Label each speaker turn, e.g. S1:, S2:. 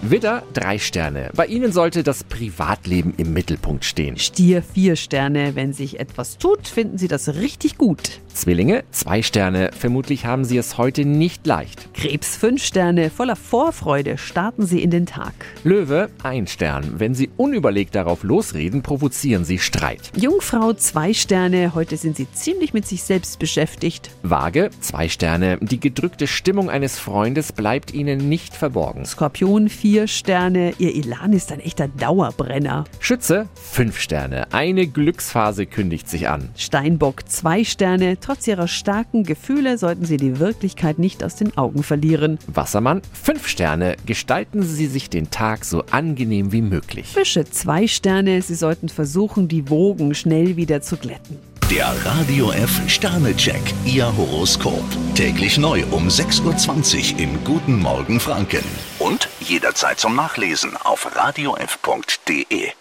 S1: Widder, drei Sterne. Bei Ihnen sollte das Privatleben im Mittelpunkt stehen.
S2: Stier vier Sterne. Wenn sich etwas tut, finden Sie das richtig gut.
S1: Zwillinge, zwei Sterne. Vermutlich haben Sie es heute nicht leicht.
S2: Krebs fünf Sterne. Voller Vorfreude starten Sie in den Tag.
S1: Löwe, ein Stern. Wenn Sie unüberlegt darauf losreden, provozieren Sie Streit.
S2: Jungfrau zwei Sterne. Heute sind Sie ziemlich mit sich selbst beschäftigt.
S1: Waage, zwei Sterne. Die gedrückte Stimmung eines Freundes bleibt Ihnen nicht verborgen.
S2: Skorpion vier Sterne. Ihr Elan ist ein echter Dauerbrenner.
S1: Schütze, fünf Sterne. Eine Glücksphase kündigt sich an.
S2: Steinbock zwei Sterne. Trotz Ihrer starken Gefühle sollten Sie die Wirklichkeit nicht aus den Augen verlieren.
S1: Wassermann, fünf Sterne. Gestalten Sie sich den Tag so angenehm wie möglich.
S2: Fische zwei Sterne. Sie sollten versuchen, die Wogen schnell wieder zu glätten.
S3: Der Radio F Sternecheck, Ihr Horoskop. Täglich neu um 6.20 Uhr im Guten Morgen Franken. Und jederzeit zum Nachlesen auf radiof.de.